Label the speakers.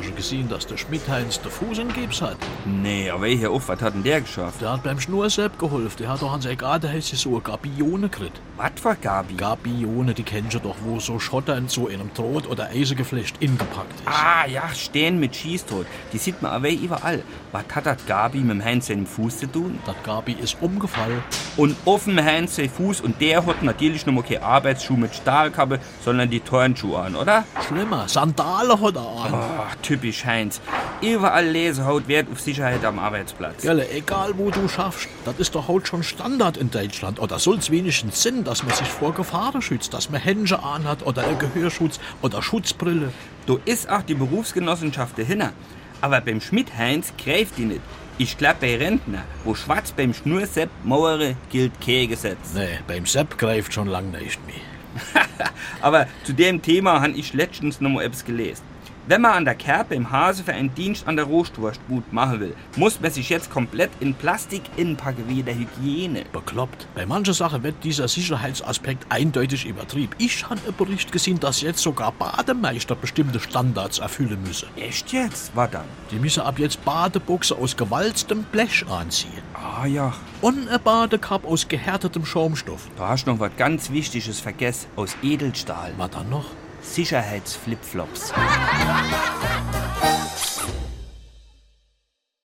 Speaker 1: Hast du gesehen, dass der Schmidt-Heinz der Fuß in Gips hat?
Speaker 2: Nee, aber ich auf, was hat denn der geschafft?
Speaker 1: Der hat beim Schnursepp geholfen. Der hat doch an seiner Gartenhälse so eine Gabione gekriegt.
Speaker 2: Was war Gabi?
Speaker 1: Gabione, die kennst du doch, wo so Schotter in so einem Trot oder Eisengeflecht ingepackt ist.
Speaker 2: Ah, ja, Stehen mit Schießtod. Die sieht man aber überall. Was hat das Gabi mit dem Heinz seinem Fuß zu tun?
Speaker 1: Das Gabi ist umgefallen.
Speaker 2: Und offen Heinz sein Fuß und der hat natürlich noch mal keine Arbeitsschuhe mit Stahlkappe, sondern die Turnschuhe an, oder?
Speaker 1: Schlimmer, Sandale hat er an.
Speaker 2: Ah, typisch Heinz. Überall Lesehaut Wert auf Sicherheit am Arbeitsplatz.
Speaker 1: Gelle, egal wo du schaffst, das ist doch heute schon Standard in Deutschland. Oder soll's wenigstens Sinn, dass man sich vor Gefahren schützt, dass man Hände anhat oder einen Gehörschutz oder Schutzbrille.
Speaker 2: Du ist auch die Berufsgenossenschaft dahinter. Aber beim Schmidt-Heinz greift die nicht. Ich glaub, bei Rentner, wo schwarz beim Schnursepp mauere, gilt kein Gesetz.
Speaker 1: Nee, beim Sepp greift schon lang nicht mehr.
Speaker 2: Aber zu dem Thema han ich letztens noch mal etwas gelesen. Wenn man an der Kerbe im Hase für einen Dienst an der Rohstwurstgut machen will, muss man sich jetzt komplett in Plastik inpacken wie der Hygiene.
Speaker 1: Bekloppt. Bei mancher Sache wird dieser Sicherheitsaspekt eindeutig übertrieben. Ich habe einen Bericht gesehen, dass jetzt sogar Bademeister bestimmte Standards erfüllen müssen.
Speaker 2: Echt jetzt? Was dann?
Speaker 1: Die müssen ab jetzt Badebuchse aus gewalztem Blech anziehen.
Speaker 2: Ah ja,
Speaker 1: Und ein Badekapp aus gehärtetem Schaumstoff.
Speaker 2: du hast noch was ganz Wichtiges vergessen. Aus Edelstahl.
Speaker 1: Was dann noch?
Speaker 2: Sicherheitsflipflops.